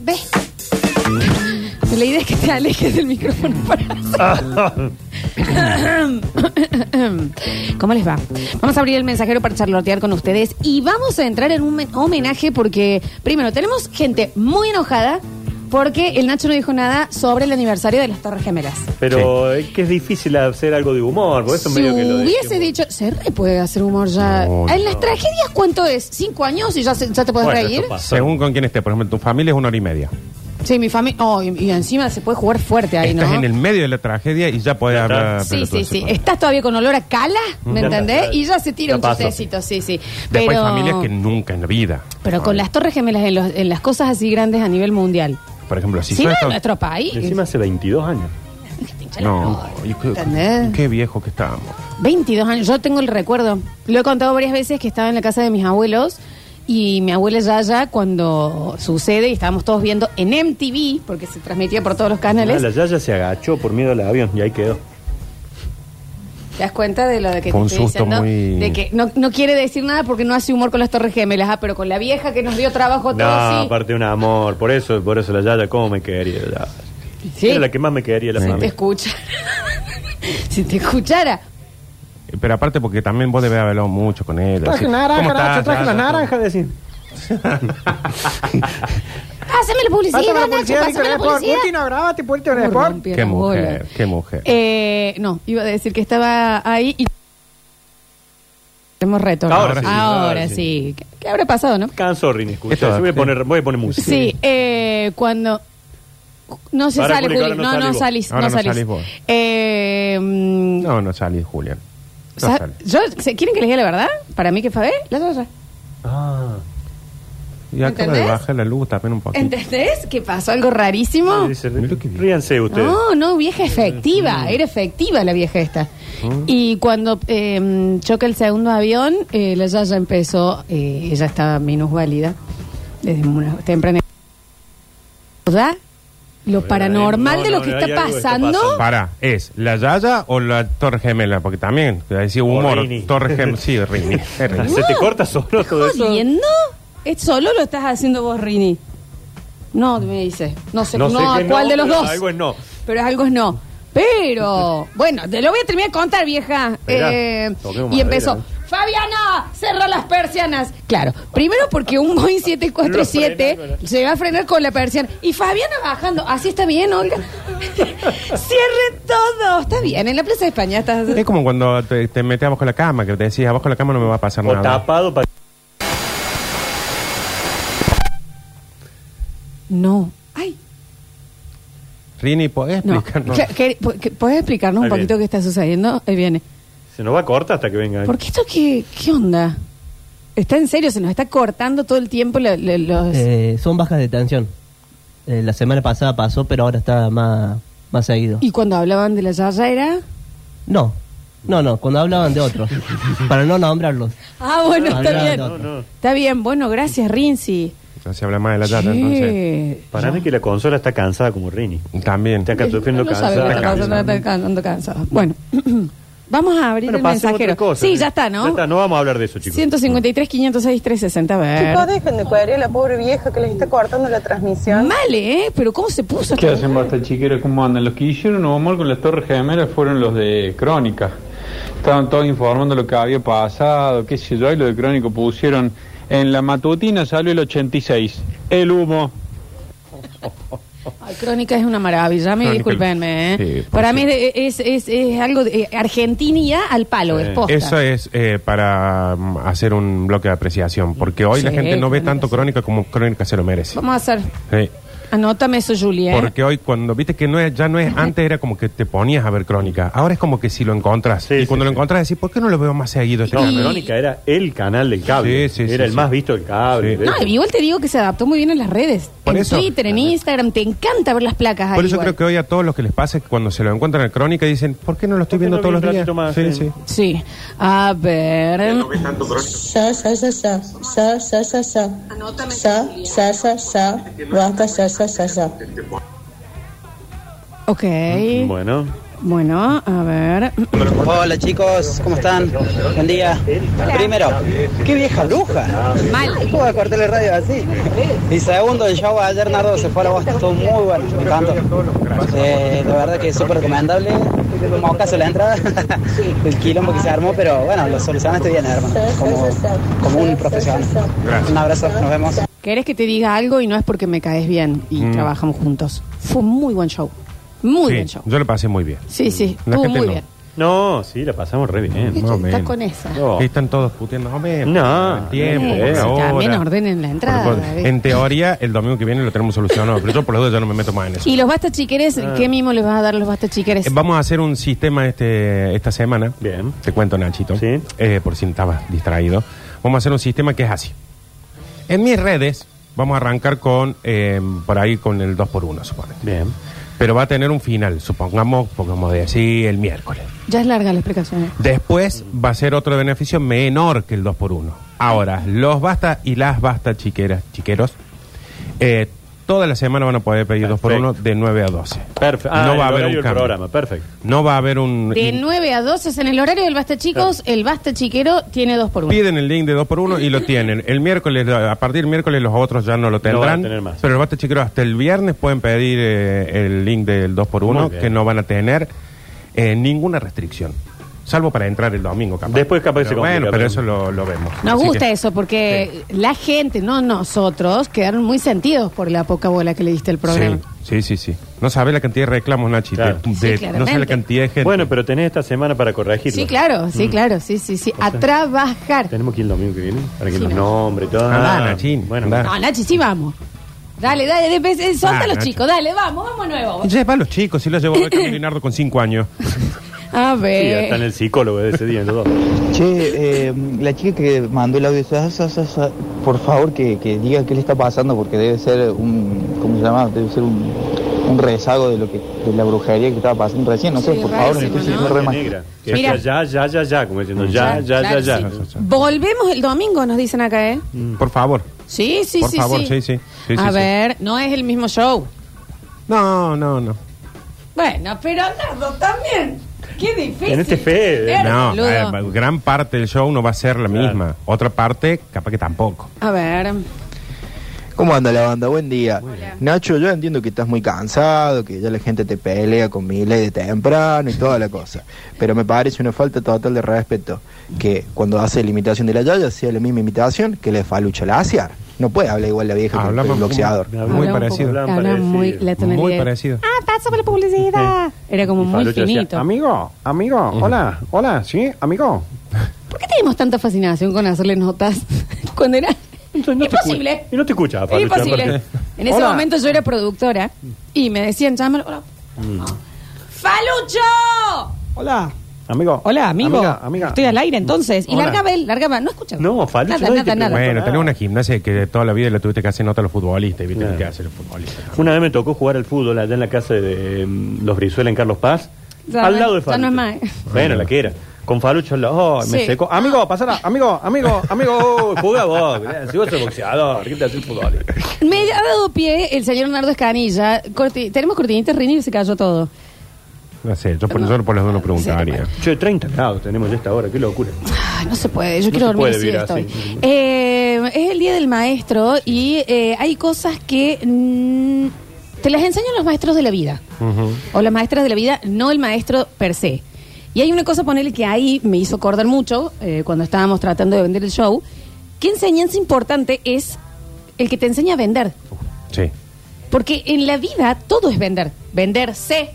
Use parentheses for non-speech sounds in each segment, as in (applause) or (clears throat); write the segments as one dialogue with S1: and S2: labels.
S1: Ve. (laughs) La idea es que te alejes del micrófono para- (coughs) ¿Cómo les va? Vamos a abrir el mensajero para charlotear con ustedes y vamos a entrar en un men- homenaje porque, primero, tenemos gente muy enojada porque el Nacho no dijo nada sobre el aniversario de las Torres Gemelas.
S2: Pero es que es difícil hacer algo de humor, por eso
S1: si
S2: medio que lo
S1: hubiese
S2: decimos.
S1: dicho, se re puede hacer humor ya.
S3: No,
S1: ¿En las
S3: no.
S1: tragedias cuánto es? ¿Cinco años y ya, se- ya te puedes
S2: Bueno,
S1: reír?
S2: esto pasa.
S3: Según con quién esté, por ejemplo, tu familia es una hora y media.
S1: Sí, mi familia. Oh, y, y encima se puede jugar fuerte ahí,
S3: Estás
S1: ¿no?
S3: en el medio de la tragedia y ya podés
S2: Ya está.
S3: hablar.
S1: Sí, sí, Eh,
S3: pelotudeces.
S1: sí. Estás todavía con olor a cala, ¿me
S2: Ya está,
S1: entendés?
S2: ya-
S1: Y ya se tira
S2: ya
S1: un
S2: pasó.
S1: chistecito, sí, sí.
S3: Después
S1: pero,
S3: hay familias que nunca en la vida.
S1: pero con las torres gemelas en, los- en las cosas así grandes a nivel mundial.
S3: Por ejemplo, si
S1: Si no
S3: sos
S1: en
S3: Estados-
S1: nuestro país,
S2: Encima hace 22 años.
S1: te hincha la
S3: No,
S1: bola,
S3: y qué-
S1: ¿entendés?
S3: qué viejo que estábamos.
S1: 22 años, yo tengo el recuerdo. Lo he contado varias veces que estaba en la casa de mis abuelos y mi abuela Yaya cuando sucede y estábamos todos viendo en MTV, porque se transmitía por todos los
S2: Ah,
S1: canales,
S2: La Yaya se agachó por miedo al avión y ahí quedó.
S1: ¿Te das cuenta de lo de que
S3: Fue
S1: te
S3: un
S1: estoy
S3: susto
S1: diciendo?
S3: muy-
S1: De que no, no quiere decir nada porque no hace humor con las torres gemelas, ah, pero con la vieja que nos dio trabajo
S2: No,
S1: todo sí.
S2: aparte un amor, por eso, por eso la Yaya, ¿cómo me quedaría la Yaya?
S1: Sí.
S2: Era la que más me quedaría la
S1: Si te
S2: familia.
S1: escuchara. (laughs) si te escuchara.
S3: Eh, Pero aparte porque también vos debes haber hablado mucho con él. así, ¿cómo estás? Ah, no,
S2: decir.
S1: Haceme la publicidad, Nacho, pásame la publicidad.
S4: grabate, ponete
S1: Me rompieron
S3: Qué
S1: las
S3: mujer,
S1: bolas.
S3: qué mujer.
S1: Eh, no, iba a decir que estaba ahí y... Hemos retornado.
S2: Ahora sí,
S1: Ahora
S2: ahora
S1: sí.
S2: sí.
S1: ¿Qué, qué habrá pasado, no?
S2: Canso, Rini, escucha.
S3: Esto va a
S2: Voy a
S3: ser.
S2: poner, voy a poner música.
S1: Sí, eh, cuando... No se
S2: Ahora,
S1: sale,
S2: Juli,
S1: Juli.
S2: ahora no
S1: No, no
S2: salís vos.
S1: salís.
S3: Ahora
S1: no
S3: no
S1: salís.
S3: salís vos.
S1: Eh, mm,
S3: (laughs) No, no salís, Julián. No
S1: sa-
S3: salís.
S1: yo, ¿se- ¿Quieren que les diga la verdad? Para mí que fue la Yaya.
S2: Ah,
S3: Y acaba de
S1: ¿entendés?
S3: bajar la luz también un poquito.
S1: ¿Entendés? Que pasó algo rarísimo.
S2: dice,
S3: Mira lo que bien.
S2: ríanse ustedes.
S1: No, no, vieja efectiva, era efectiva la vieja esta. Y cuando eh, choca el segundo avión, eh, la Yaya empezó, eh, ella estaba minusválida desde una temprana edad. Lo paranormal
S2: no,
S1: de lo
S2: no,
S1: que
S2: no,
S1: está
S2: hay algo que está
S1: pasando,
S2: pasando.
S3: Pará, ¿es la Yaya o la Torre Gemela? Porque también, decía humor,
S2: Rini.
S3: Torre Gemela. Sí,
S2: (laughs)
S3: Rini. es Rini.
S2: ¿Se te corta solo todo eso?
S1: jodiendo, es solo lo estás haciendo vos, Rini. No, me dice. No sé, no,
S2: No sé
S1: a
S2: qué no,
S1: cuál de los
S2: pero
S1: dos.
S2: algo es no.
S1: Pero algo es no. Pero,
S2: (laughs)
S1: bueno, te lo voy a terminar de contar, vieja.
S2: Esperá,
S1: Eh,
S2: toquemos
S1: y
S2: madera,
S1: empezó.
S2: ¿eh?
S1: ¡Fabiana! ¡Cerra las persianas! Claro, primero porque un
S2: (laughs)
S1: Boeing 747
S2: Lo frena, ¿verdad?
S1: se va a frenar con la persiana. Y Fabiana bajando. Así está bien, Olga.
S2: (laughs)
S1: (laughs) Cierre todo. Está bien, en la Plaza de España estás.
S3: Es como cuando te, te metes abajo de la cama, que te decís, abajo de la cama no me va a pasar
S2: O
S3: nada.
S2: tapado para...
S1: No. Ay,
S3: Rini, ¿podés
S1: no.
S3: explicarnos?
S1: ¿Qué- qué- po- qué- ¿Puedes explicarnos un
S2: Ahí
S1: poquito
S2: viene.
S1: qué está sucediendo? Ahí viene.
S2: Se nos va a cortar hasta que venga.
S1: ¿Por qué esto qué, qué onda? Está en serio, se nos está cortando todo el tiempo la- la- los...
S5: Eh, son bajas de tensión. Eh, la semana pasada pasó, pero ahora está más, más seguido.
S1: Y cuando hablaban de la yaya era...
S5: No, no, no, cuando hablaban de otros, (laughs) para no nombrarlos.
S1: Ah, bueno,
S5: Ah,
S1: está
S5: no,
S1: bien.
S5: no,
S2: no.
S1: Está bien, bueno, gracias, Rinzi.
S3: Ya se habla más de la Yaya,
S1: Che.
S3: entonces.
S2: Para mí que la consola está cansada como Rini.
S3: También.
S2: Está acá sufriendo
S1: Eh, No sabe qué está
S2: cansada.
S1: pasando, está can- ando cansada. Bueno, (clears throat) vamos a abrir
S2: Bueno,
S1: el
S2: pasemos a otra
S1: mensajero.
S2: cosa. ¿eh?
S1: sí, ya está, ¿no?
S2: Ya está, no vamos a hablar de eso, chicos.
S1: 153, 506, 360, a ver.
S6: Chicos, dejen de cuadrar a la pobre vieja que les está cortando la transmisión.
S1: Vale, ¿eh? Pero ¿cómo se puso?
S7: ¿Qué
S1: esta
S7: hacen
S1: mujer?
S7: basta chiquera? ¿Cómo andan? Los que hicieron humor con las Torres Gemelas fueron los de Crónica. Estaban todos informando lo que había pasado, qué sé yo, y los de Crónica pusieron en la matutina salió el 86. El humo.
S1: Ay, Crónica es una maravilla, me
S3: Crónica-
S1: disculpenme. ¿eh?
S3: Sí, por
S1: Para mí
S3: sí.
S1: es, es- es- es algo de eh, argentinidad al palo,
S2: Sí.
S1: es posta.
S3: Eso es eh, para mm, hacer un bloque de apreciación, porque hoy la
S1: Sí,
S3: gente no ve
S1: Crónica
S3: tanto
S1: sí.
S3: crónica como crónica se lo merece.
S1: Vamos a hacer.
S3: Sí.
S1: Anótame eso, Julia. ¿eh?
S3: Porque hoy cuando viste que no es, ya
S1: (laughs)
S3: no es, antes era como que te ponías a ver crónica, ahora es como que si lo encontrás.
S2: Sí,
S3: y
S2: sí,
S3: cuando lo
S2: sí.
S3: encontrás decís, ¿por qué no lo veo más seguido este
S2: No,
S3: canal?
S2: Verónica era el canal del cable.
S3: Sí, sí, sí,
S2: era el
S3: sí.
S2: más visto del cable.
S3: Sí.
S2: de
S1: No,
S2: eso.
S1: igual te digo que se adaptó muy bien en las redes.
S3: Por
S1: en
S3: eso.
S1: Twitter, en Instagram, te encanta ver las placas ahí.
S3: Por eso
S1: igual.
S3: creo que hoy a todos los que les pasa es que cuando se lo encuentran en crónica dicen, ¿por qué no lo estoy
S2: ¿Por qué
S3: viendo
S2: no
S3: todos
S2: vi
S3: los
S2: un ratito
S3: días?
S2: más?
S3: sí,
S2: Sí.
S3: sí.
S1: Sí. A ver.
S8: Sa, sa, sa, sa, sa, sa, sa, sa, sa, sa, sa, sa, banca, sa, sa, sa, sa.
S1: Ok.
S3: Mm,
S2: Bueno,
S1: Bueno, a ver. (clears throat)
S4: Hola chicos, ¿cómo están? Buen día. Primero, qué vieja bruja.
S1: Mal.
S4: ¿Cómo va a cortar el radio así? Y segundo, el show ayer Nardo se fue a la bosta, estuvo muy bueno, me encantó. Eh, la verdad que es súper recomendable. Mocaso la entrada, (laughs) el quilombo que se armó, pero bueno, lo solucionaste bien, hermano, como, como un profesional. Un abrazo, nos vemos.
S1: ¿Querés que te diga algo y no es porque me caes bien y trabajamos juntos? Fue un muy buen show. Muy
S3: Mm. Sí,
S1: buen show.
S3: Yo lo pasé muy bien.
S1: Sí, sí,
S3: La
S1: estuvo
S3: gente
S1: muy
S3: no.
S1: bien.
S2: No, sí, la pasamos re bien.
S3: Más o
S1: Estás
S3: menos.
S1: con esa.
S2: No.
S3: Ahí están todos puteando. No, me
S2: Oh. No.
S3: el tiempo,
S2: Eh,
S3: por
S2: si
S3: favor.
S1: también ordenen la entrada, eh.
S3: Por favor.
S1: David.
S3: En teoría, el domingo que viene lo tenemos solucionado, pero yo por lo dudas ya no me meto más en eso.
S1: ¿Y los basta chiqueres? ¿Qué mimo les vas a dar a los basta chiqueres?
S3: Ah. Eh, Vamos a hacer un sistema este esta semana.
S2: Bien.
S3: Te cuento, Nachito.
S2: Sí.
S3: Eh, por si estabas distraído. Vamos a hacer un sistema que es así. En mis redes vamos a arrancar con, eh, por ahí, con el 2x1, suponete.
S2: Bien.
S3: Pero va a tener un final, supongamos, pongamos de así, el miércoles.
S1: Ya es larga la explicación. ¿eh?
S3: Después va a ser otro beneficio menor que el 2x1. Ahora, los basta y las basta chiqueras, chiqueros, eh, toda la semana van a poder pedir 2x1 de 9 a 12.
S2: Perfecto.
S3: no va a haber un
S2: ah, el
S3: cambio.
S2: programa, perfecto.
S3: No va a haber un...
S1: De
S3: y-
S1: 9 a 12 es en el horario del basta chicos, el basta chiquero tiene 2 por 1.
S3: Piden el link de 2x1 y lo tienen. El miércoles, a partir del miércoles los otros ya no lo
S2: van a
S3: tendrán.
S2: tener más.
S3: Pero los basta chiqueros hasta el viernes pueden pedir eh, el link del
S2: Muy
S3: 2x1
S2: bien.
S3: que no van a tener eh, ninguna restricción. Salvo para entrar el domingo, capaz.
S2: Después capaz que
S3: Pero
S2: se complica,
S3: Bueno, pero
S2: pero-
S3: eso lo, lo vemos.
S1: Nos
S3: Así
S1: gusta
S3: que-
S1: eso porque la gente, no nosotros, quedaron muy sentidos por la poca bola que le diste al programa.
S3: Sí, sí, sí. sí. No sabe la cantidad de reclamos, Nachi.
S2: Claro.
S3: de-
S1: Sí,
S3: de- no sabe la
S1: claramente.
S3: cantidad de gente.
S2: Bueno, pero tenés esta semana para corregirlo.
S1: Sí, claro,
S3: Mm.
S1: sí, claro, sí, sí, sí. A trabajar.
S2: Tenemos que ir el domingo que viene para que
S1: Sí,
S2: los
S1: no.
S2: nombre y todo.
S3: Andá, Nachín,
S2: Bueno,
S3: andá.
S1: No, Nachi, sí vamos. Dale, dale, de- eh, solta
S3: Ah,
S1: a los
S3: Nachi.
S1: chicos, dale, vamos, vamos nuevo.
S3: Lleva a los chicos, si los llevó
S1: (coughs)
S3: a ver Camilo Leonardo con 5 años.
S1: A
S2: sí, hasta en
S1: ver.
S2: el psicólogo de ese día, los dos.
S1: (laughs)
S4: Che, eh, la chica que mandó el audio, sa, sa, sa, sa, por favor que, que diga qué le está pasando porque debe ser un, ¿cómo se llama? Debe ser un, un rezago de lo que de la brujería que estaba pasando recién, no sé,
S1: Sí,
S4: por favor, me
S1: rarísimo,
S4: estoy sintiendo
S1: ¿no?
S4: re mal.
S2: Negra. Que
S1: Mira.
S2: decía, ya, ya, ya, ya, como diciendo, ya, ya, ya,
S1: Claro,
S2: ya.
S1: sí. Volvemos el domingo, nos dicen acá, ¿eh?
S2: Mm.
S3: Por favor.
S1: Sí, sí,
S3: Por
S1: sí,
S3: favor,
S1: sí.
S3: sí, sí. Sí,
S1: a
S3: sí, sí.
S1: ver, no es el mismo show.
S3: No, no, no.
S1: Bueno, pero Nardo también. Qué difícil.
S2: En este fe,
S1: Era,
S3: No,
S1: boludo.
S3: a ver, gran parte del show no va a ser la
S2: Claro.
S3: misma. Otra parte, capaz que tampoco.
S1: A ver.
S4: ¿Cómo anda la banda? Buen día. Nacho, yo entiendo que estás muy cansado, que ya la gente te pelea con mi ley de temprano y toda la cosa. Pero me parece una falta total de respeto que cuando hace la imitación de la Yaya sea la misma imitación que la de Falucha la hacía. No puede hablar igual la vieja que el
S3: Hablamos
S4: boxeador.
S3: como-
S2: Habla
S3: muy
S1: Habla un
S3: parecido.
S1: poco,
S2: Hablan
S1: habla
S2: parecido.
S1: muy la tonalidad.
S3: Muy parecido.
S1: Ah, pasa por la publicidad. Era como
S2: Y
S1: muy
S2: Falucho decía,
S1: finito.
S9: Amigo, amigo, hola, hola, sí, amigo.
S1: ¿Por qué tenemos tanta fascinación con hacerle notas (laughs) cuando era imposible?
S2: Y no te escucha,
S1: Era
S2: Falucho,
S1: imposible.
S2: aparte.
S1: En ese momento yo era productora y me decían, llámalo. hola.
S2: Mm.
S1: ¡Falucho!
S9: Hola, amigo.
S1: Hola, amigo.
S9: Amiga, amiga.
S1: Estoy al aire entonces. Y
S9: Hola.
S1: largaba él, largaba. No escuchaba.
S2: No, Falucho,
S1: Nada,
S2: no hay
S1: nada,
S2: que-
S1: nada.
S3: Bueno,
S2: Ah.
S3: tenés una gimnasia que toda la vida le tuviste que hacer nota a los futbolistas. Y viste
S2: Claro.
S3: lo que hace los futbolistas.
S2: Una vez me tocó jugar al fútbol allá en la casa de mm, los Brizuela en Carlos Paz.
S1: Ya
S2: al
S1: no-
S2: lado de
S1: ya
S2: Falucho.
S1: no es más, eh.
S2: Bueno, la que era. Con Falucho al lado. Oh,
S1: Sí. Ah.
S2: me secó. Amigo, pasala. Amigo, amigo, amigo. Juega vos. Si vos sos boxeador, ¿qué te hace el fútbol?
S1: Me ha dado pie el señor Leonardo Escanilla. Corti- tenemos cortinitas Rini y se cayó todo.
S3: No sé, yo por, yo por las dos no preguntaría.
S2: Che, 30 grados tenemos ya esta hora. Qué locura.
S1: Ay, Ah, no se puede, yo
S2: No
S1: quiero
S2: se
S1: dormir
S2: puede
S1: así
S2: vivir
S1: estoy.
S2: así.
S1: Eh, es el día del maestro y eh, hay cosas que mm, te las enseñan los maestros de la vida. O las maestras de la vida, no el maestro per se. Y hay una cosa, ponele, que ahí me hizo acordar mucho eh, cuando estábamos tratando de vender el show. ¿Qué enseñanza importante es el que te enseña a vender?
S3: Sí.
S1: Porque en la vida todo es vender. Venderse.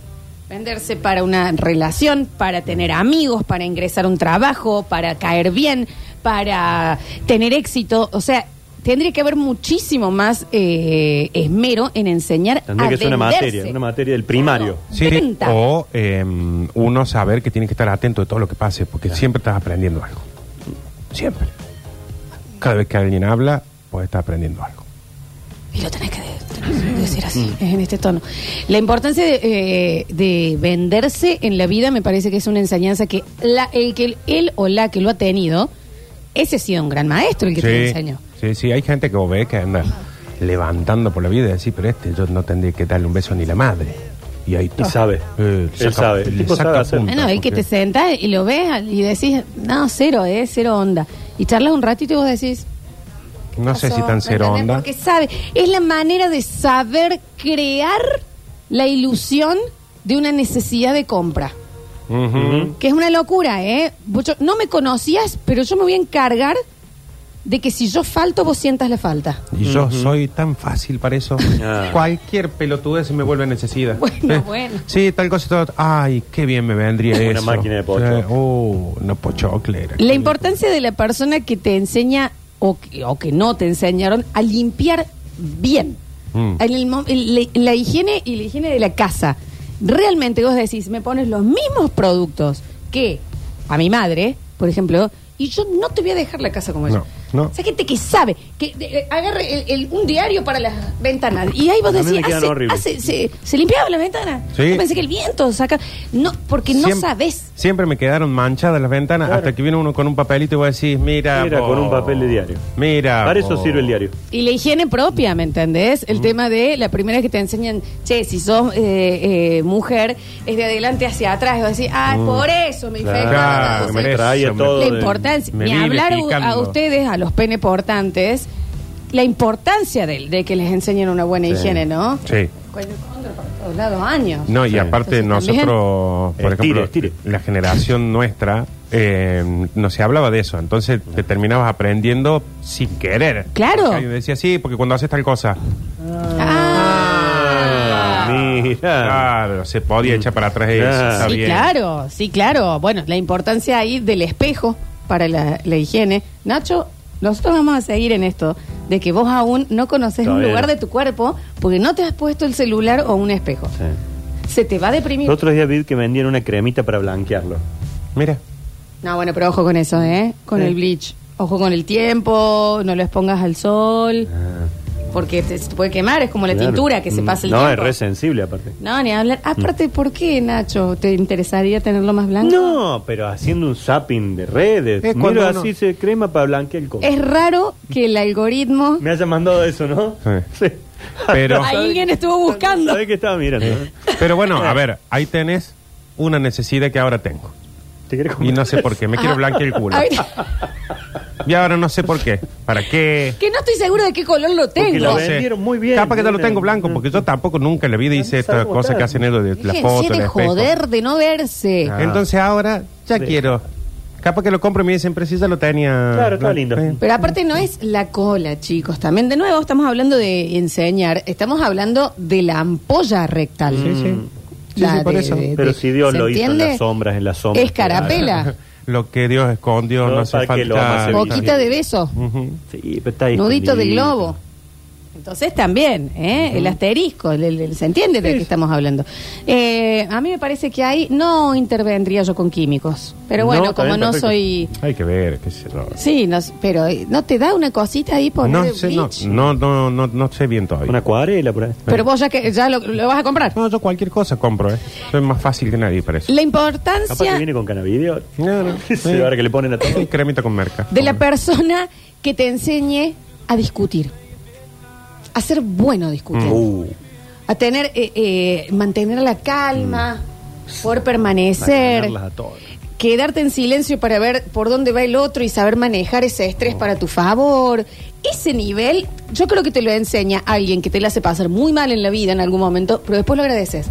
S1: Venderse para una relación, para tener amigos, para ingresar a un trabajo, para caer bien, para tener éxito. O sea, tendría que haber muchísimo más eh, esmero en enseñar
S2: Tendría
S1: a
S2: que ser una
S1: venderse.
S2: materia, una materia del primario.
S3: Sí,
S1: Venta.
S3: o eh, uno saber que tiene que estar atento de todo lo que pase, porque siempre estás aprendiendo algo. Siempre. Cada vez que alguien habla, pues está aprendiendo algo.
S1: Y lo tenés que de- tenés que decir así,
S2: Mm.
S1: en este tono. La importancia de, eh, de venderse en la vida me parece que es una enseñanza que, la, el que él o la que lo ha tenido, ese ha sido un gran maestro el que
S3: sí,
S1: te lo enseñó.
S3: sí, sí, hay gente que vos ves que anda levantando por la vida y decís, pero este yo no tendría que darle un beso ni la madre. Y ahí está.
S2: Y sabe.
S3: Eh,
S2: Él sabe. El
S3: le
S2: tipo sabe hacer.
S3: punta,
S1: Ah, no, es que te
S3: porque-
S1: sentás y lo ves y decís, no, cero, eh, cero onda. Y charlas un ratito y vos decís,
S3: No sé
S1: pasó?
S3: si
S1: ¿Me
S3: tan cero
S1: entendés?
S3: onda.
S1: Porque sabe, es la manera de saber crear la ilusión de una necesidad de compra.
S3: Ujú.
S1: Que es una locura, ¿eh? Vos- no me conocías, pero yo me voy a encargar de que si yo falto, vos sientas la falta.
S3: Y yo soy tan fácil para
S2: (laughs)
S3: eso.
S2: Ah.
S3: Cualquier pelotudez me vuelve necesidad.
S1: (laughs) Bueno,
S3: Eh,
S1: bueno.
S3: Sí, tal cosa. y tal otra. Ay, qué bien me vendría
S2: Una
S3: eso.
S2: máquina de pochoclo.
S3: Eh, oh, una pochoclera.
S1: La importancia de la persona que te enseña o que, o que no te enseñaron a limpiar bien.
S3: Mm.
S1: En el mo- el- la, la higiene y la higiene de la casa. Realmente vos decís, me pones los mismos productos que a mi madre, por ejemplo, y yo no te voy a dejar la casa como ella.
S3: No, no.
S1: O sea, gente que sabe, que eh, agarre el- el- un diario para las ventanas. Y ahí vos
S2: A mí
S1: decís,
S2: me quedan
S1: "Hace-
S2: horribles".
S1: hace- se, se limpiaba la ventana.
S3: Sí.
S1: Yo pensé que el viento saca. No, porque no
S3: Siem-
S1: sabes.
S3: Siempre me quedaron manchadas las ventanas
S2: Claro.
S3: hasta que viene uno con un papelito y vos decís, mira.
S2: Mira,
S3: vos,
S2: con un papel de diario.
S3: Mira.
S2: Para eso
S3: vos.
S2: sirve el diario.
S1: Y la higiene propia, ¿me entendés?
S3: Mm.
S1: El tema de la primera que te enseñan, che, si sos eh, eh, mujer, es de adelante hacia atrás. Y vos decís, ah, es por eso me infecta.
S3: Mm. Claro,
S1: O sea,
S3: me
S2: merece. traía
S3: eso, me-
S2: todo
S1: la
S2: de-
S1: importancia.
S3: me
S1: Ni
S3: vive
S1: hablar u- a
S3: picando.
S1: ustedes, a los pene portantes, la importancia de, de que les enseñen una buena higiene, ¿no?
S3: Sí.
S1: Cuando- cuando por todos lados, años.
S3: No, y
S2: Sí.
S3: aparte
S1: Entonces, también-
S3: nosotros, por
S2: Estire,
S3: ejemplo,
S2: estire.
S3: la generación nuestra, eh, no se hablaba de eso. Entonces te terminabas aprendiendo sin querer.
S1: Claro.
S3: Porque alguien decía, sí, porque cuando haces tal cosa,
S1: Ah.
S2: Mira.
S3: claro, se podía echar para atrás eso.
S2: Claro.
S3: está
S1: Sí,
S3: bien.
S1: claro, sí, claro. Bueno, la importancia ahí del espejo para la, la higiene. Nacho, nosotros vamos a seguir en esto, de que vos aún no conoces
S2: Está
S1: un
S2: bien.
S1: lugar de tu cuerpo porque no te has puesto el celular o un espejo.
S2: Sí.
S1: Se te va a deprimir.
S2: El otro día vi que vendían una cremita para blanquearlo.
S3: Mira.
S1: No, bueno, pero ojo con eso, ¿eh? Con el bleach. Ojo con el tiempo, no lo expongas al sol, porque te, se te puede quemar, es como la
S2: Claro.
S1: tintura que se
S2: Mm.
S1: pasa el
S2: no,
S1: tiempo.
S2: es re Mm. sensible aparte.
S1: No, ni hablar. Aparte, ¿por qué, Nacho? ¿Te interesaría tenerlo más blanco?
S2: No, pero haciendo un zapping de redes.
S3: Es cuando
S2: Mira,
S3: uno-
S2: así se crema para blanquear el coco.
S1: Es raro que el algoritmo
S2: Me haya mandado eso, ¿no?
S3: Sí.
S2: (laughs) Sí.
S3: Pero- Eh.
S1: Ahí alguien estuvo buscando.
S2: ¿Sabés que estaba mirando?
S3: Pero bueno, a ver, ahí tenés una necesidad que ahora tengo.
S2: ¿Te querés
S3: Y
S2: comer?
S3: no
S2: (laughs)
S3: sé por qué, me quiero blanquear el culo.
S1: Ah. (laughs) Ay,
S3: Y ahora no sé por qué. ¿Para qué?
S1: que no estoy seguro de qué color lo
S2: Porque
S1: tengo.
S2: la
S3: No
S2: ven-
S3: sé.
S2: vendieron muy bien.
S3: Capaz que ya lo
S2: Miren.
S3: tengo blanco, porque yo tampoco nunca en la vida hice
S2: No sabe
S3: estas cosas
S2: votar.
S3: que hacen ellos de la
S1: Déjense
S3: foto, el
S1: de
S3: espejo.
S1: joder, de no verse.
S2: Ah.
S3: Entonces ahora ya quiero. Capaz que lo compro y me dicen, precisa lo tenía.
S2: Claro, está lindo.
S3: Eh,
S1: Pero aparte no es la cola, chicos. También de nuevo estamos hablando de enseñar. Estamos hablando de la ampolla rectal.
S3: Sí, sí. Sí,
S1: La
S3: sí, por
S1: de-
S3: eso.
S1: de-
S2: Pero
S1: de-
S2: si Dios
S1: ¿se
S2: lo hizo en
S1: entiende?
S2: las sombras, en las sombras.
S1: Escarapela.
S3: (laughs) Lo que Dios escondió no,
S2: No,
S3: hace
S2: para que lo
S3: falta.
S2: amas,
S1: Boquita de beso.
S3: Ujú.
S2: Sí, pero está ahí
S1: Nudito de
S2: escondido.
S1: globo. Entonces también, ¿eh? el asterisco, el- el- el- se entiende de qué estamos hablando. Eh, a mí me parece que ahí no intervendría yo con químicos. Pero
S2: No,
S1: bueno,
S2: está
S1: como
S2: bien,
S1: no
S2: perfecto.
S1: soy...
S3: Hay que ver, qué sé yo.
S1: Sí, no s- pero eh, ¿no te da una cosita ahí por
S3: No sé, no, no, no, no, no sé bien todavía.
S2: Una acuarela por ahí.
S1: Pero vos ya, que, ya lo, lo vas a comprar.
S3: No, yo cualquier cosa compro, ¿eh? Soy más fácil que nadie para eso.
S1: La
S2: Capaz que
S1: importancia
S2: viene con cannabidiol.
S3: No, no.
S2: (laughs) Sí, ahora que le ponen a todo.
S3: Sí, (laughs) cremita con merca.
S1: de la persona que te enseñe a discutir, a ser bueno discutiendo,
S3: Mm.
S2: Uh,
S1: a tener, eh, eh, mantener la calma,
S3: Mm.
S1: por permanecer,
S2: ganarlas a todas.
S1: quedarte en silencio para ver por dónde va el otro y saber manejar ese estrés para tu favor. Ese nivel, yo creo que te lo enseña alguien que te lo hace pasar muy mal en la vida en algún momento, pero después lo agradeces.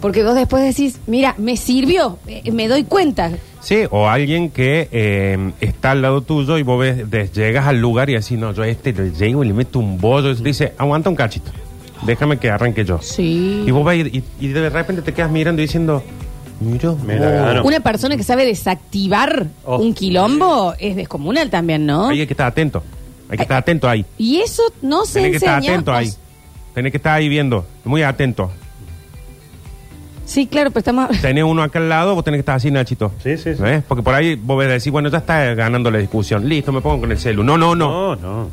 S1: Porque vos después decís, mira, me sirvió, eh, me doy cuenta.
S3: Sí, o alguien que eh, está al lado tuyo y vos ves, des- llegas al lugar y decís, no, yo a este le llego y le meto un bollo. Y dice, aguanta un cachito, déjame que arranque yo.
S1: Sí.
S3: Y vos vas a ir- y, y de repente te quedas mirando y diciendo, miro,
S2: Me la ganó.
S1: Una persona que sabe desactivar
S2: Oh.
S1: un quilombo es descomunal también, ¿no?
S3: Hay que estar atento, hay que estar atento ahí.
S1: Y eso no se
S3: Tenés que
S1: enseña.
S3: estar atento ahí.
S1: pues.
S3: Tenés que estar ahí viendo, muy atento.
S1: Sí, claro, pero estamos.
S3: Tenés uno acá al lado, vos tenés que estar así, Nachito.
S2: Sí, sí, sí.
S3: ¿Ves? Porque por ahí vos ves decís, bueno, ya está ganando la discusión. Listo, me pongo con el celu. No, no, no.
S2: No, no.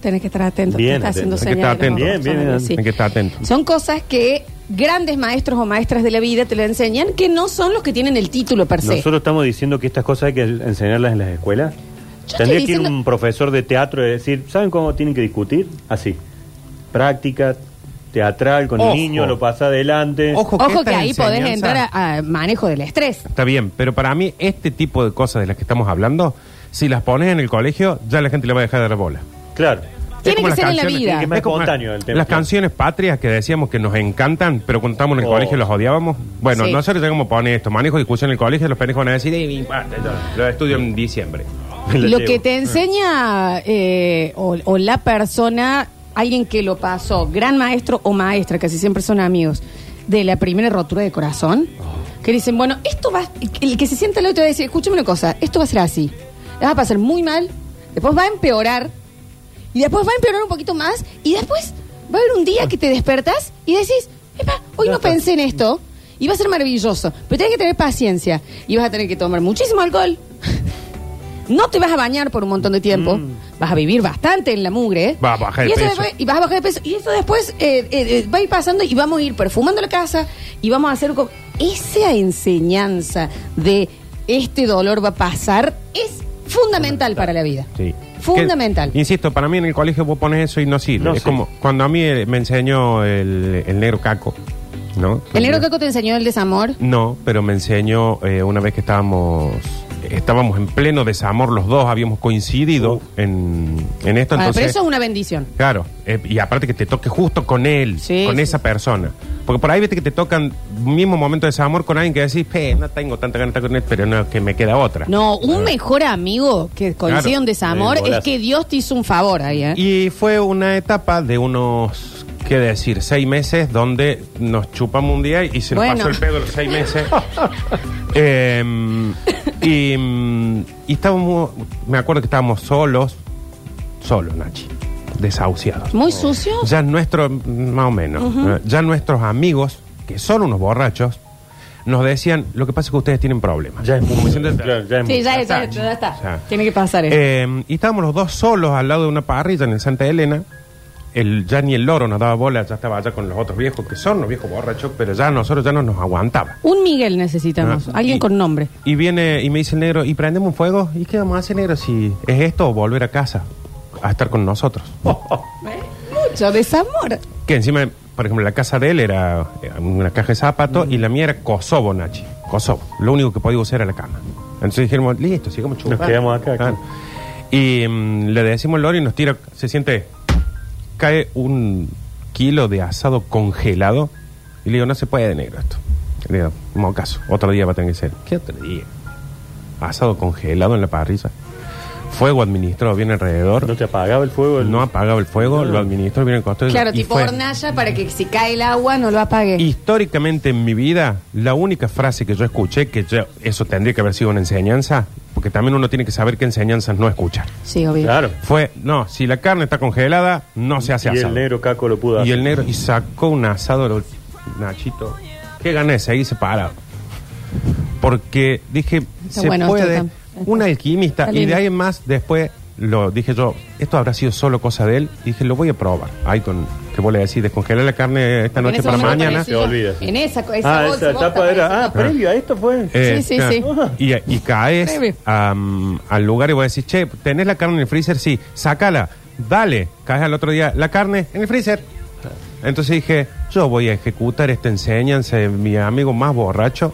S1: Tenés que estar atento.
S2: Bien,
S1: te está haciendo
S2: atento.
S3: Hay
S1: señales.
S3: que estar
S1: vamos,
S3: atento.
S2: Bien,
S1: vamos,
S2: bien,
S1: sí.
S3: Hay que estar atento.
S1: Son cosas que grandes maestros o maestras de la vida te lo enseñan que no son los que tienen el título per se.
S2: Nosotros estamos diciendo que estas cosas hay que enseñarlas en las escuelas.
S1: estoy
S2: Tendría que ir
S1: diciendo-
S2: un profesor de teatro y decir, ¿saben cómo tienen que discutir? Así. Práctica, teatral con
S3: Ojo.
S2: el niño, lo pasa adelante.
S1: Ojo
S3: esta
S1: que ahí podés
S3: enseñanza-
S1: entrar a, a manejo del
S3: (laughs)
S1: estrés.
S3: Está bien, pero para mí este tipo de cosas de las que estamos hablando, si las pones en el colegio, ya la gente le va a dejar de dar bola.
S2: Claro.
S3: Es
S1: Tiene
S3: como
S1: que
S3: las
S1: ser en la
S3: canciones-
S1: vida.
S2: que más
S3: es como las-
S2: espontáneo el tema.
S3: Las canciones patrias que decíamos que nos encantan, pero cuando estábamos en el
S2: Oh.
S3: colegio las odiábamos. Bueno,
S1: Sí.
S3: nosotros tenemos que poner esto, manejo de discusión en el colegio, los pendejos van a decir, "Ey, me importa, yo lo estudio en diciembre.
S1: (laughs) Lo que te enseña eh, o, o la persona, alguien que lo pasó, gran maestro o maestra, casi siempre son amigos, de la primera rotura de corazón,
S3: Oh.
S1: que dicen, bueno, esto va, el que se sienta al otro te va a decir, escúchame una cosa, esto va a ser así, la va a pasar muy mal, después va a empeorar, y después va a empeorar un poquito más, y después va a haber un día que te despertas y decís, epa, hoy no pensé en esto. Y va a ser maravilloso, pero tienes que tener paciencia y vas a tener que tomar muchísimo alcohol, (laughs) no te vas a bañar por un montón de tiempo. Vas a vivir bastante en la mugre. ¿eh?
S3: Vas Mm. a bajar de
S1: y eso
S3: peso.
S1: después- y vas a bajar de peso. Y eso después eh, eh, eh, va a ir pasando y vamos a ir perfumando la casa y vamos a hacer... co- Esa enseñanza de este dolor va a pasar es fundamental para la vida.
S3: Sí.
S1: Fundamental.
S3: Que, insisto, para mí en el colegio vos pones eso y no sirve.
S2: No
S3: es
S2: sirve.
S3: como cuando a mí eh, me enseñó el, el negro caco, ¿no?
S1: El negro Caco te enseñó el desamor.
S3: No, pero me enseñó eh, una vez que estábamos estábamos en pleno desamor los dos, habíamos coincidido en, en esto.
S1: Ah,
S3: Entonces,
S1: pero eso es una bendición.
S3: Claro, eh, y aparte que te toque justo con él,
S1: Sí,
S3: con
S1: sí,
S3: esa
S1: sí.
S3: persona. Porque por ahí viste que te tocan mismo momento de desamor con alguien que decís, "Pe, no tengo tanta ganas de estar con él, pero no, que me queda otra.
S1: No, un mejor amigo que coincide
S3: Claro.
S1: un desamor
S2: Eh, golazo.
S1: es que Dios te hizo un favor ahí, ¿eh?
S3: Y fue una etapa de unos, qué decir, seis meses donde nos chupamos un día y se
S1: Bueno.
S3: nos pasó el pedo los seis meses. Em, y, mm, y estábamos, me acuerdo que estábamos solos, solos, Nachi, desahuciados.
S1: Muy sucio.
S3: Ya nuestros, más o menos, eh, ya nuestros amigos, que son unos borrachos, nos decían, lo que pasa es que ustedes tienen problemas.
S2: Ya es muy-
S3: Como diciendo,
S2: claro, ya es
S1: Sí,
S2: muy-
S1: ya,
S3: está,
S1: ya- ya está.
S3: ya.
S1: Tiene que pasar eso.
S3: Eh, y estábamos los dos solos al lado de una parrilla en el Santa Elena. El, ya ni el loro nos daba bola, ya estaba allá con los otros viejos, que son los viejos borrachos, pero ya nosotros ya no nos aguantaba.
S1: Un Miguel necesitamos,
S3: Ah,
S1: alguien
S3: y-
S1: con nombre.
S3: Y viene y me dice el negro, ¿y prendemos un fuego? ¿Y qué vamos a hacer, negro, si es esto o volver a casa a estar con nosotros?
S1: Mucho desamor.
S3: Que encima, por ejemplo, la casa de él era eh, una caja de zapatos y la mía era Kosovo, Nachi. Kosovo. Lo único que podía usar era la cama. Entonces dijimos, listo, sigamos chupando.
S2: Nos quedamos acá,
S3: Claro. Y mm, le decimos al loro y nos tira, se siente, cae un kilo de asado congelado. Y le digo, no se puede de negro esto. Le digo, mocaso, otro día va a tener que ser. ¿Qué otro día? Asado congelado en la parrilla. Fuego administrado bien alrededor.
S2: ¿No te apagaba el fuego? El...
S3: No apagaba el fuego, lo administró bien el costado.
S1: Claro,
S3: y
S1: tipo
S3: fue-
S1: hornalla para que si cae el agua no lo apague.
S3: Históricamente en mi vida, la única frase que yo escuché, que yo- eso tendría que haber sido una enseñanza, porque también uno tiene que saber qué enseñanzas no escuchar.
S1: Sí, obvio.
S2: Claro.
S3: Fue, no, si la carne está congelada, no se hace
S2: Y
S3: asado.
S2: el negro caco lo pudo
S3: y
S2: hacer.
S3: el negro, y sacó un asado, lo- Nachito. Qué gané, seguí separado. Porque dije, se
S1: bueno, esto
S3: puede,
S1: está- está-
S3: un alquimista,
S1: está
S3: y de
S1: lindo.
S3: ahí en más, después lo dije yo, esto habrá sido solo cosa de él, dije, lo voy a probar. Ahí con, que vos le decís, descongelar la carne esta
S1: En
S3: noche
S1: ese
S3: para
S1: momento
S3: mañana.
S1: parecía-
S2: Te olvidas.
S1: En esa, co- esa
S2: Ah,
S1: bolsa,
S2: esa
S1: vos
S2: etapa era.
S1: apareces,
S2: Ah, previo a esto fue.
S3: Eh,
S1: Sí, sí,
S3: claro.
S1: sí.
S3: Y, y caes
S1: Previo.
S3: am, al lugar y vos decís, che, ¿tenés la carne en el freezer? Sí, sácala, dale. Caes al otro día, la carne en el freezer. Entonces dije, yo voy a ejecutar esta enseñanza de mi amigo más borracho.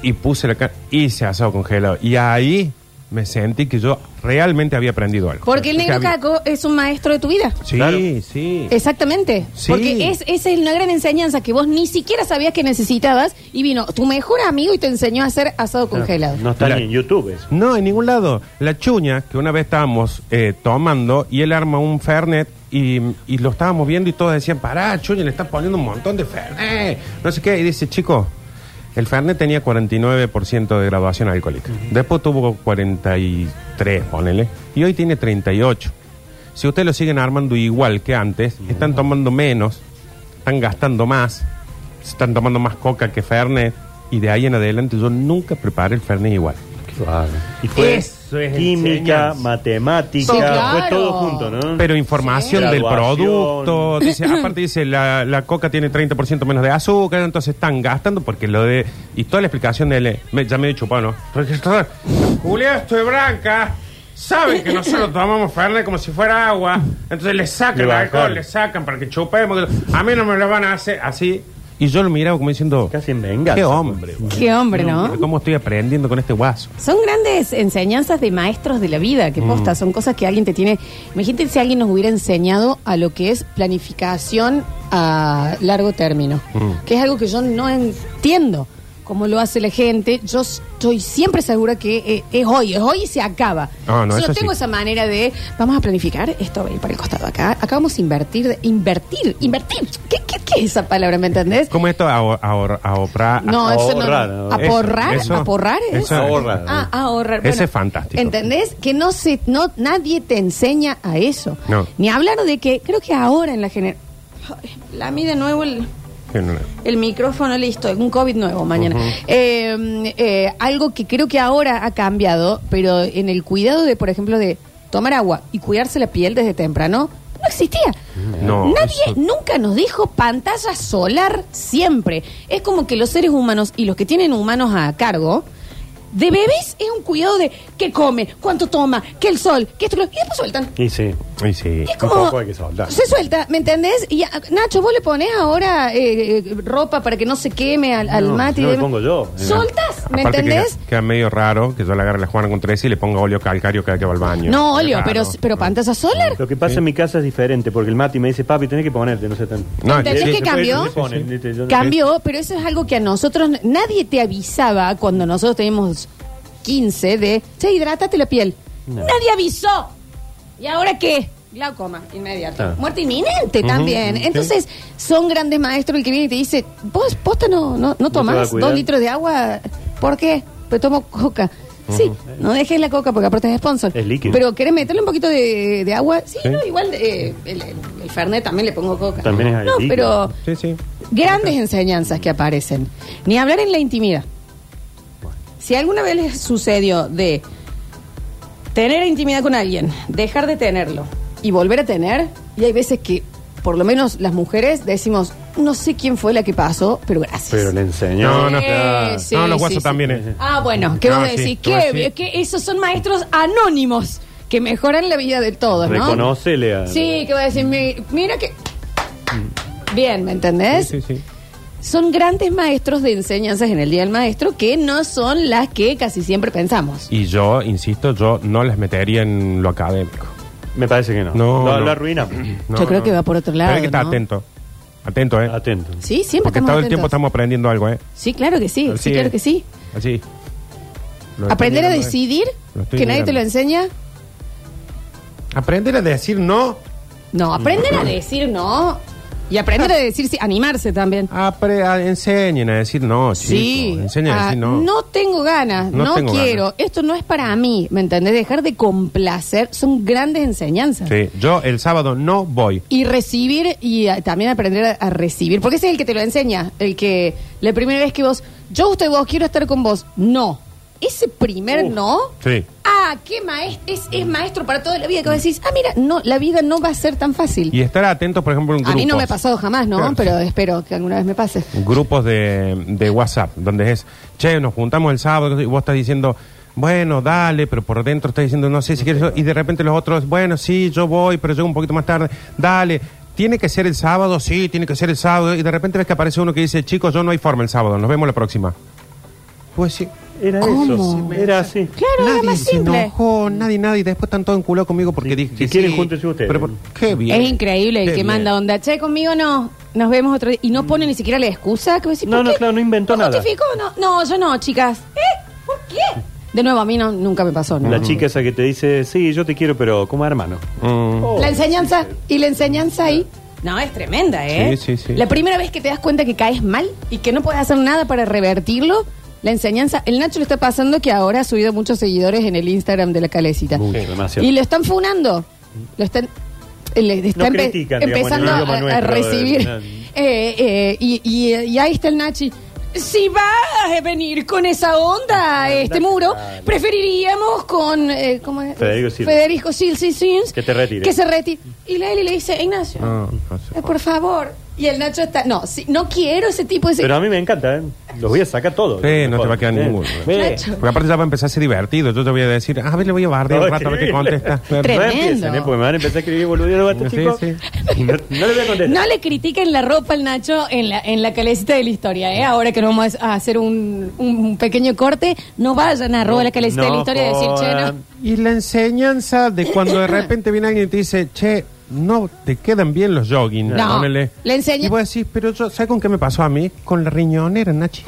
S3: Y puse la carne y se asado congelado. Y ahí me sentí que yo realmente había aprendido algo.
S1: Porque el
S3: Que
S1: negro
S3: había-
S1: caco es un maestro de tu vida.
S3: Sí,
S2: Claro.
S3: sí.
S1: Exactamente.
S3: Sí.
S1: Porque es, esa es una gran enseñanza que vos ni siquiera sabías que necesitabas y vino tu mejor amigo y te enseñó a hacer asado congelado.
S2: No está
S3: Claro.
S2: ni en YouTube eso.
S3: No, en ningún lado. La chuña, que una vez estábamos eh, tomando y él arma un Fernet y, y lo estábamos viendo y todos decían, pará, chuña, le estás poniendo un montón de Fernet. No sé qué. Y dice, chico, el Fernet tenía 49% de graduación alcohólica. Después tuvo 43, ponele. Y hoy tiene 38. Si ustedes lo siguen armando igual que antes, están tomando menos, están gastando más, están tomando más coca que Fernet. Y de ahí en adelante yo nunca preparé el Fernet igual.
S2: Y fue
S3: Eso es
S2: química,
S3: enseñanza.
S2: matemática,
S1: Sí, claro.
S2: fue todo junto, ¿no?
S3: Pero información
S2: Sí.
S3: del
S2: Graduación.
S3: producto.
S2: (laughs)
S3: Dice, aparte dice, la, la coca tiene 30% menos de azúcar, entonces están gastando porque lo de... Y toda la explicación de él, eh, me- ya me he chupado, ¿no? Julia, estoy blanca. saben que nosotros tomamos Fernet como si fuera agua, entonces le sacan
S2: Le
S3: el
S2: bajan.
S3: alcohol, le sacan para que chupemos. A mí no me lo van a hacer así. Y yo lo miraba como diciendo,
S2: Casi en venganza.
S3: qué hombre. güey.
S1: Qué hombre, ¿no?
S3: ¿Cómo estoy aprendiendo con este guaso?
S1: Son grandes enseñanzas de maestros de la vida, que posta,
S3: Mm.
S1: son cosas que alguien te tiene. Imagínate si alguien nos hubiera enseñado a lo que es planificación a largo término,
S3: Mm.
S1: que es algo que yo no entiendo cómo lo hace la gente. Yo estoy siempre segura que eh, es hoy, es hoy y se acaba.
S3: Ah, no,
S1: si
S3: eso
S1: no tengo
S3: sí.
S1: esa manera de, vamos a planificar, esto va a ir para el costado acá, acá vamos a invertir, de- invertir, invertir. ¿Qué, qué, qué es esa palabra, me entendés?
S3: ¿Cómo esto ahor- ahor- ahorrar?
S1: No, eso no.
S2: Ahorrar, ahorrar.
S1: Aporrar,
S3: Eso, eso,
S1: aporrar es.
S3: eso.
S2: Ahorrar.
S1: Ah, ahorrar.
S3: Ese es fantástico.
S1: ¿Entendés? Que no se, no, nadie te enseña a eso.
S3: No.
S1: Ni hablar de que, creo que ahora en la generación. La mí de nuevo el,
S3: Ah, Que no-
S1: el micrófono, listo, un COVID nuevo mañana.
S3: Ujú.
S1: Eh, eh, algo que creo que ahora ha cambiado, pero en el cuidado de, por ejemplo, de tomar agua y cuidarse la piel desde temprano, no existía.
S3: No,
S1: Nadie
S3: eso-
S1: nunca nos dijo pantalla solar siempre. Es como que los seres humanos y los que tienen humanos a cargo, de bebés es un cuidado de qué come, cuánto toma, que el sol, que esto, que lo- y después sueltan.
S2: Y sí.
S3: Y sí.
S1: Y es
S2: Un
S1: como.
S2: poco hay que soltar.
S1: Se suelta, ¿me entendés? Y a- Nacho, vos le pones ahora eh, eh, ropa para que no se queme al, al
S2: No,
S1: mate. y
S2: no le
S1: demás.
S2: pongo yo.
S1: Soltas, ¿me
S3: Aparte
S1: entendés?
S3: Que, queda medio raro que yo le agarre la Juana con tres y le ponga óleo calcario cada que va al baño.
S1: No,
S3: Qué
S1: Olio,
S3: raro.
S1: pero, pero pantalla solar.
S2: Lo que pasa en mi casa es diferente, porque el Mati me dice, papi, tenés que ponerte, no sé tan...
S3: No,
S1: ¿Entendés
S3: sí,
S1: que
S3: sí,
S1: cambió?
S2: Se pone, ¿viste? Yo no-
S1: Cambió, pero eso es algo que a nosotros nadie te avisaba cuando nosotros teníamos 15 de, che, hidrátate la piel. Nadie avisó. ¿Y ahora qué? Glaucoma, inmediato.
S2: Ah.
S1: Muerte inminente también. Entonces, son grandes maestros el que viene y te dice, vos, posta, no, no, no
S2: vas a
S1: tomás
S2: cuidar?
S1: dos litros de agua. ¿Por qué? Pues tomo coca. Sí, no dejes la coca porque aparte es sponsor.
S2: Es líquido.
S1: Pero querés meterle un poquito de, de agua. Sí, no, igual eh, el, el- el Fernet también le pongo coca.
S2: También es
S1: No,
S2: líquido.
S1: pero
S3: Sí, sí.
S1: Grandes enseñanzas que aparecen. Ni hablar en la intimidad. Si alguna vez les sucedió de tener intimidad con alguien, dejar de tenerlo y volver a tener, y hay veces que, por lo menos las mujeres, decimos, no sé quién fue la que pasó, pero gracias.
S2: Pero le enseñó.
S3: No, no.
S1: Eh, sí,
S3: no, los
S1: sí,
S3: guasos
S1: sí.
S3: también. eh.
S1: Ah, bueno, ¿qué
S3: No,
S1: vos
S3: sí,
S1: decís?
S3: tú vas a
S1: ¿Qué?
S3: decir-
S1: que esos son maestros anónimos que mejoran la vida de todos, ¿no?
S2: Reconócele a...
S1: Sí, que va a decir, "Mi- mira que... Bien, ¿me entendés?
S3: Sí, sí, sí.
S1: son grandes maestros de enseñanzas en el Día del Maestro que no son las que casi siempre pensamos.
S3: Y yo, insisto, yo no las metería en lo académico.
S2: Me parece que no.
S3: No,
S2: Lo,
S3: no.
S2: lo arruina.
S3: No,
S1: Yo creo
S3: no.
S1: que va por otro lado,
S3: Pero hay que estar
S1: ¿no?
S3: atento. Atento, ¿eh?
S2: Atento.
S1: Sí, siempre
S3: Porque todo
S1: estamos
S3: el tiempo
S1: atentos.
S3: estamos aprendiendo algo, ¿eh?
S1: Sí, claro que sí,
S3: Así
S1: sí,
S3: es.
S1: claro que sí.
S3: Así. Lo estoy
S1: Aprender a
S3: mirando, ¿eh?
S1: decidir
S3: Lo estoy
S1: que nadie te lo
S3: mirando.
S1: enseña.
S3: Aprender a decir no.
S1: No, aprender a decir no y aprender
S3: (laughs)
S1: a decir sí, animarse también.
S3: Apre- a- enseñen a decir no, chicos.
S1: Sí,
S3: Enseñen a
S1: ah,
S3: decir no.
S1: tengo ganas,
S3: No
S1: no,
S3: tengo
S1: quiero, esto no es para mí, ¿me entendés? Dejar de complacer son grandes enseñanzas.
S3: Sí, yo el sábado no voy.
S1: Y recibir y a- también aprender a, a recibir. Porque ese es el que te lo enseña. El que la primera vez que vos, yo gusto de vos, quiero estar con vos. No. Ese primer no.
S3: Sí.
S1: Ah, qué maestro. Es, es maestro para toda la vida. Que vos decís, ah, mira, no, la vida no va a ser tan fácil.
S3: Y estar atento, por ejemplo, en
S1: a
S3: grupos.
S1: mí no me ha pasado jamás, ¿no?
S3: Claro.
S1: Pero espero que alguna vez me pase.
S3: Grupos de, de WhatsApp, donde es, che, nos juntamos el sábado y vos estás diciendo, bueno, dale, pero por dentro estás diciendo, no sé si quieres. Y de repente los otros, bueno, sí, yo voy, pero llego un poquito más tarde, dale. ¿Tiene que ser el sábado? Sí, tiene que ser el sábado. Y de repente ves que aparece uno que dice, chicos, yo no hay forma el sábado, nos vemos la próxima. Pues sí.
S2: Era
S1: ¿Cómo?
S2: eso. Era así.
S1: Claro, era
S3: Nadie
S1: más
S3: se
S1: simple.
S3: enojó, nadie, nadie. Después están todos enculados conmigo porque dije
S2: si
S3: que
S2: quieren,
S3: sí.
S2: júntense ustedes.
S3: Pero por- qué bien.
S1: Es increíble el
S3: Qué
S1: que
S3: bien.
S1: manda onda. Che, conmigo no. Nos vemos otro día. Y no pone ni siquiera la excusa. Que vos decís,
S2: No,
S1: ¿por
S2: no,
S1: qué?
S2: claro, no inventó
S1: ¿No
S2: nada.
S1: justificó? No, no, yo no, chicas. ¿Eh? ¿Por qué? De nuevo, a mí no, nunca me pasó. ¿no?
S2: La chica esa que te dice, sí, yo te quiero, pero como hermano.
S3: Mm.
S1: La enseñanza y la enseñanza ahí. No, es tremenda, ¿eh?
S3: Sí, sí, sí.
S1: La primera vez que te das cuenta que caes mal y que no puedes hacer nada para revertirlo, la enseñanza. El Nacho le está pasando que ahora ha subido muchos seguidores en el Instagram de la calecita.
S2: Mucho, demasiado.
S1: Y lo están funando. Lo están. le están empe-
S2: critican, digamos,
S1: empezando
S2: en el idioma
S1: a- a,
S2: nuestro,
S1: recibir.
S2: eh,
S1: (laughs) Eh, eh, y, y- y ahí está el Nachi. Si vas a venir con esa onda
S2: Ah,
S1: a este muro, preferiríamos con. eh, ¿cómo es?
S2: Federico Silva.
S1: Federico Sil- Sil- Sils.
S2: Que te retire.
S1: Que se retire. Y la Eli le dice, Ignacio,
S3: Ah, No, no se
S1: eh, por favor. Y el Nacho está. No, si- no quiero ese tipo de.
S2: Pero a mí me encanta, ¿eh? Los voy a sacar todos.
S3: Sí, no te va a quedar
S2: Bien.
S3: ninguno.
S2: Bien.
S1: Nacho.
S3: Porque aparte ya va a empezar a ser divertido. Yo te voy a decir, ah, a ver, le voy a bardear un rato a ver qué contesta.
S1: Tres.
S2: No empiecen, ¿eh? Porque me van a empezar a escribir boludeos a estos
S3: Sí,
S2: chicos.
S3: sí.
S2: No, no les voy a contestar.
S1: No le critiquen la ropa al Nacho en la, en la calecita de la historia, ¿eh? Ahora que nos vamos a hacer un, un pequeño corte, no vayan a robar la calecita de la
S2: No
S1: historia y decir, che, no.
S2: jodan.
S3: Y la enseñanza de cuando de repente viene alguien y te dice, che, no te quedan bien los jogging.
S1: No,
S3: ponele".
S1: le enseña-
S3: Y vos decís, pero yo, ¿sabes con qué me pasó a mí? Con la riñonera, Nachi.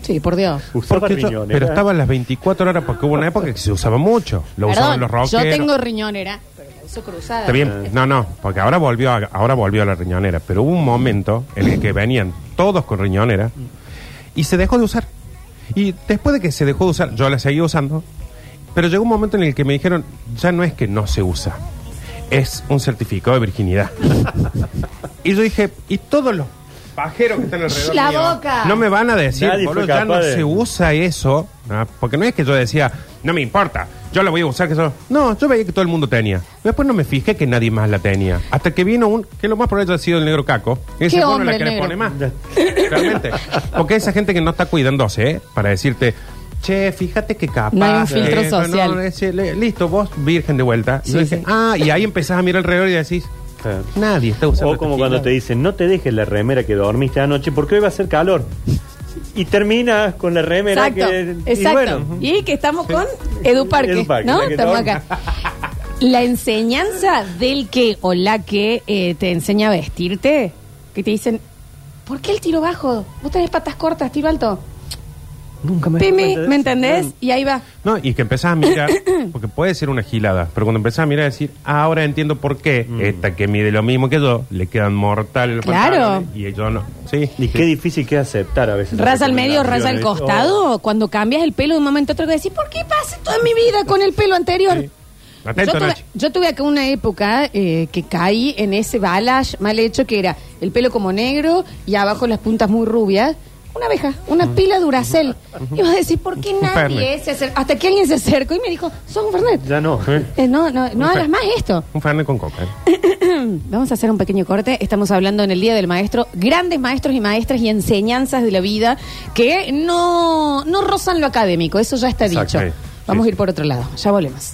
S1: Sí, por Dios.
S2: Usaba
S3: Porque yo-
S2: riñonera.
S3: pero estaba a las 24 horas porque hubo una época que se usaba mucho. Lo usaban
S1: Perdón,
S3: los rockeros.
S1: yo tengo riñonera, pero la uso cruzada.
S3: Está bien, no, no, porque ahora volvió, a- ahora volvió a la riñonera, pero hubo un momento en el que venían todos con riñonera y se dejó de usar. Y después de que se dejó de usar, yo la seguía usando, pero llegó un momento en el que me dijeron, ya no es que no se usa, es un certificado de virginidad. (laughs) y yo dije, y todos los pajeros que están alrededor
S1: La
S3: mío,
S1: boca.
S3: no me van a decir,
S2: Nadie fue
S3: boludo, ya
S2: capaz
S3: no
S2: de-
S3: se usa eso, ¿no? porque no es que yo decía, no me importa, yo la voy a usar. Que eso... No, yo veía que todo el mundo tenía. Después no me fijé que nadie más la tenía. Hasta que vino un, que lo más probable ha sido el negro caco. Y
S1: ¿Qué
S3: ese bueno,
S1: hombre
S3: la que le
S1: negro?
S3: pone más. Realmente. Porque esa gente que no está cuidándose, ¿eh? para decirte, che, fíjate que capaz.
S1: No hay un filtro
S3: eh, no,
S1: social.
S3: no, ese, le- listo, vos virgen de vuelta. Y
S1: Sí,
S3: yo dije,
S1: sí.
S3: ah, y ahí empezás a mirar alrededor y decís,
S2: Claro.
S3: nadie está usando. este
S2: O como
S3: tequila.
S2: cuando te dicen, no te dejes la remera que dormiste anoche porque hoy va a hacer calor. Y terminas con la remera
S1: Exacto,
S2: que. y
S1: exacto. Y,
S2: bueno.
S1: que estamos con Eduparque,
S2: Eduparque,
S1: ¿no?
S2: la que
S1: Estamos
S2: toma.
S1: acá. La enseñanza del que o la que eh, te enseña a vestirte, que te dicen, ¿por qué el tiro bajo? Vos tenés patas cortas, tiro alto.
S2: Nunca me
S1: Pimi, ¿me entendés? Y ahí va.
S3: No, y que empezás
S1: (coughs)
S3: a mirar, porque puede ser una gilada, pero cuando empezás a mirar, decir, "Ah, ahora entiendo por qué
S2: Mm.
S3: esta que mide lo mismo que yo, le quedan mortales los
S1: Claro.
S3: pantalones y yo no. Sí.
S2: Y qué difícil que es aceptar a veces. las
S1: Rasa al medio, rasa al
S2: recomendaciones.
S1: costado. Cuando cambias el pelo de un momento a otro, que decís, ¿por qué pasé toda mi vida con el pelo anterior?
S3: Atento,
S1: yo, tuve,
S3: Nachi.
S1: yo tuve acá una época eh, que caí en ese balash mal hecho que era el pelo como negro y abajo las puntas muy rubias. Una abeja, una pila duracel. Y vos decís, ¿por qué
S3: Un
S1: nadie
S3: Fernet.
S1: se acercó? Hasta que alguien se acercó y me dijo, sos un Fernet.
S2: Oh, Ya no.
S1: Eh, no, no, no
S3: Un
S1: hagas
S3: Fer-
S1: más esto.
S3: Un Fernet con coca. ¿eh?
S1: Vamos a hacer un pequeño corte. Estamos hablando en el Día del Maestro, grandes maestros y maestras y enseñanzas de la vida que no, no rozan lo académico. Eso ya está
S3: Exacto,
S1: dicho.
S3: sí.
S1: Vamos
S3: Sí,
S1: a ir por otro lado. Ya volvemos.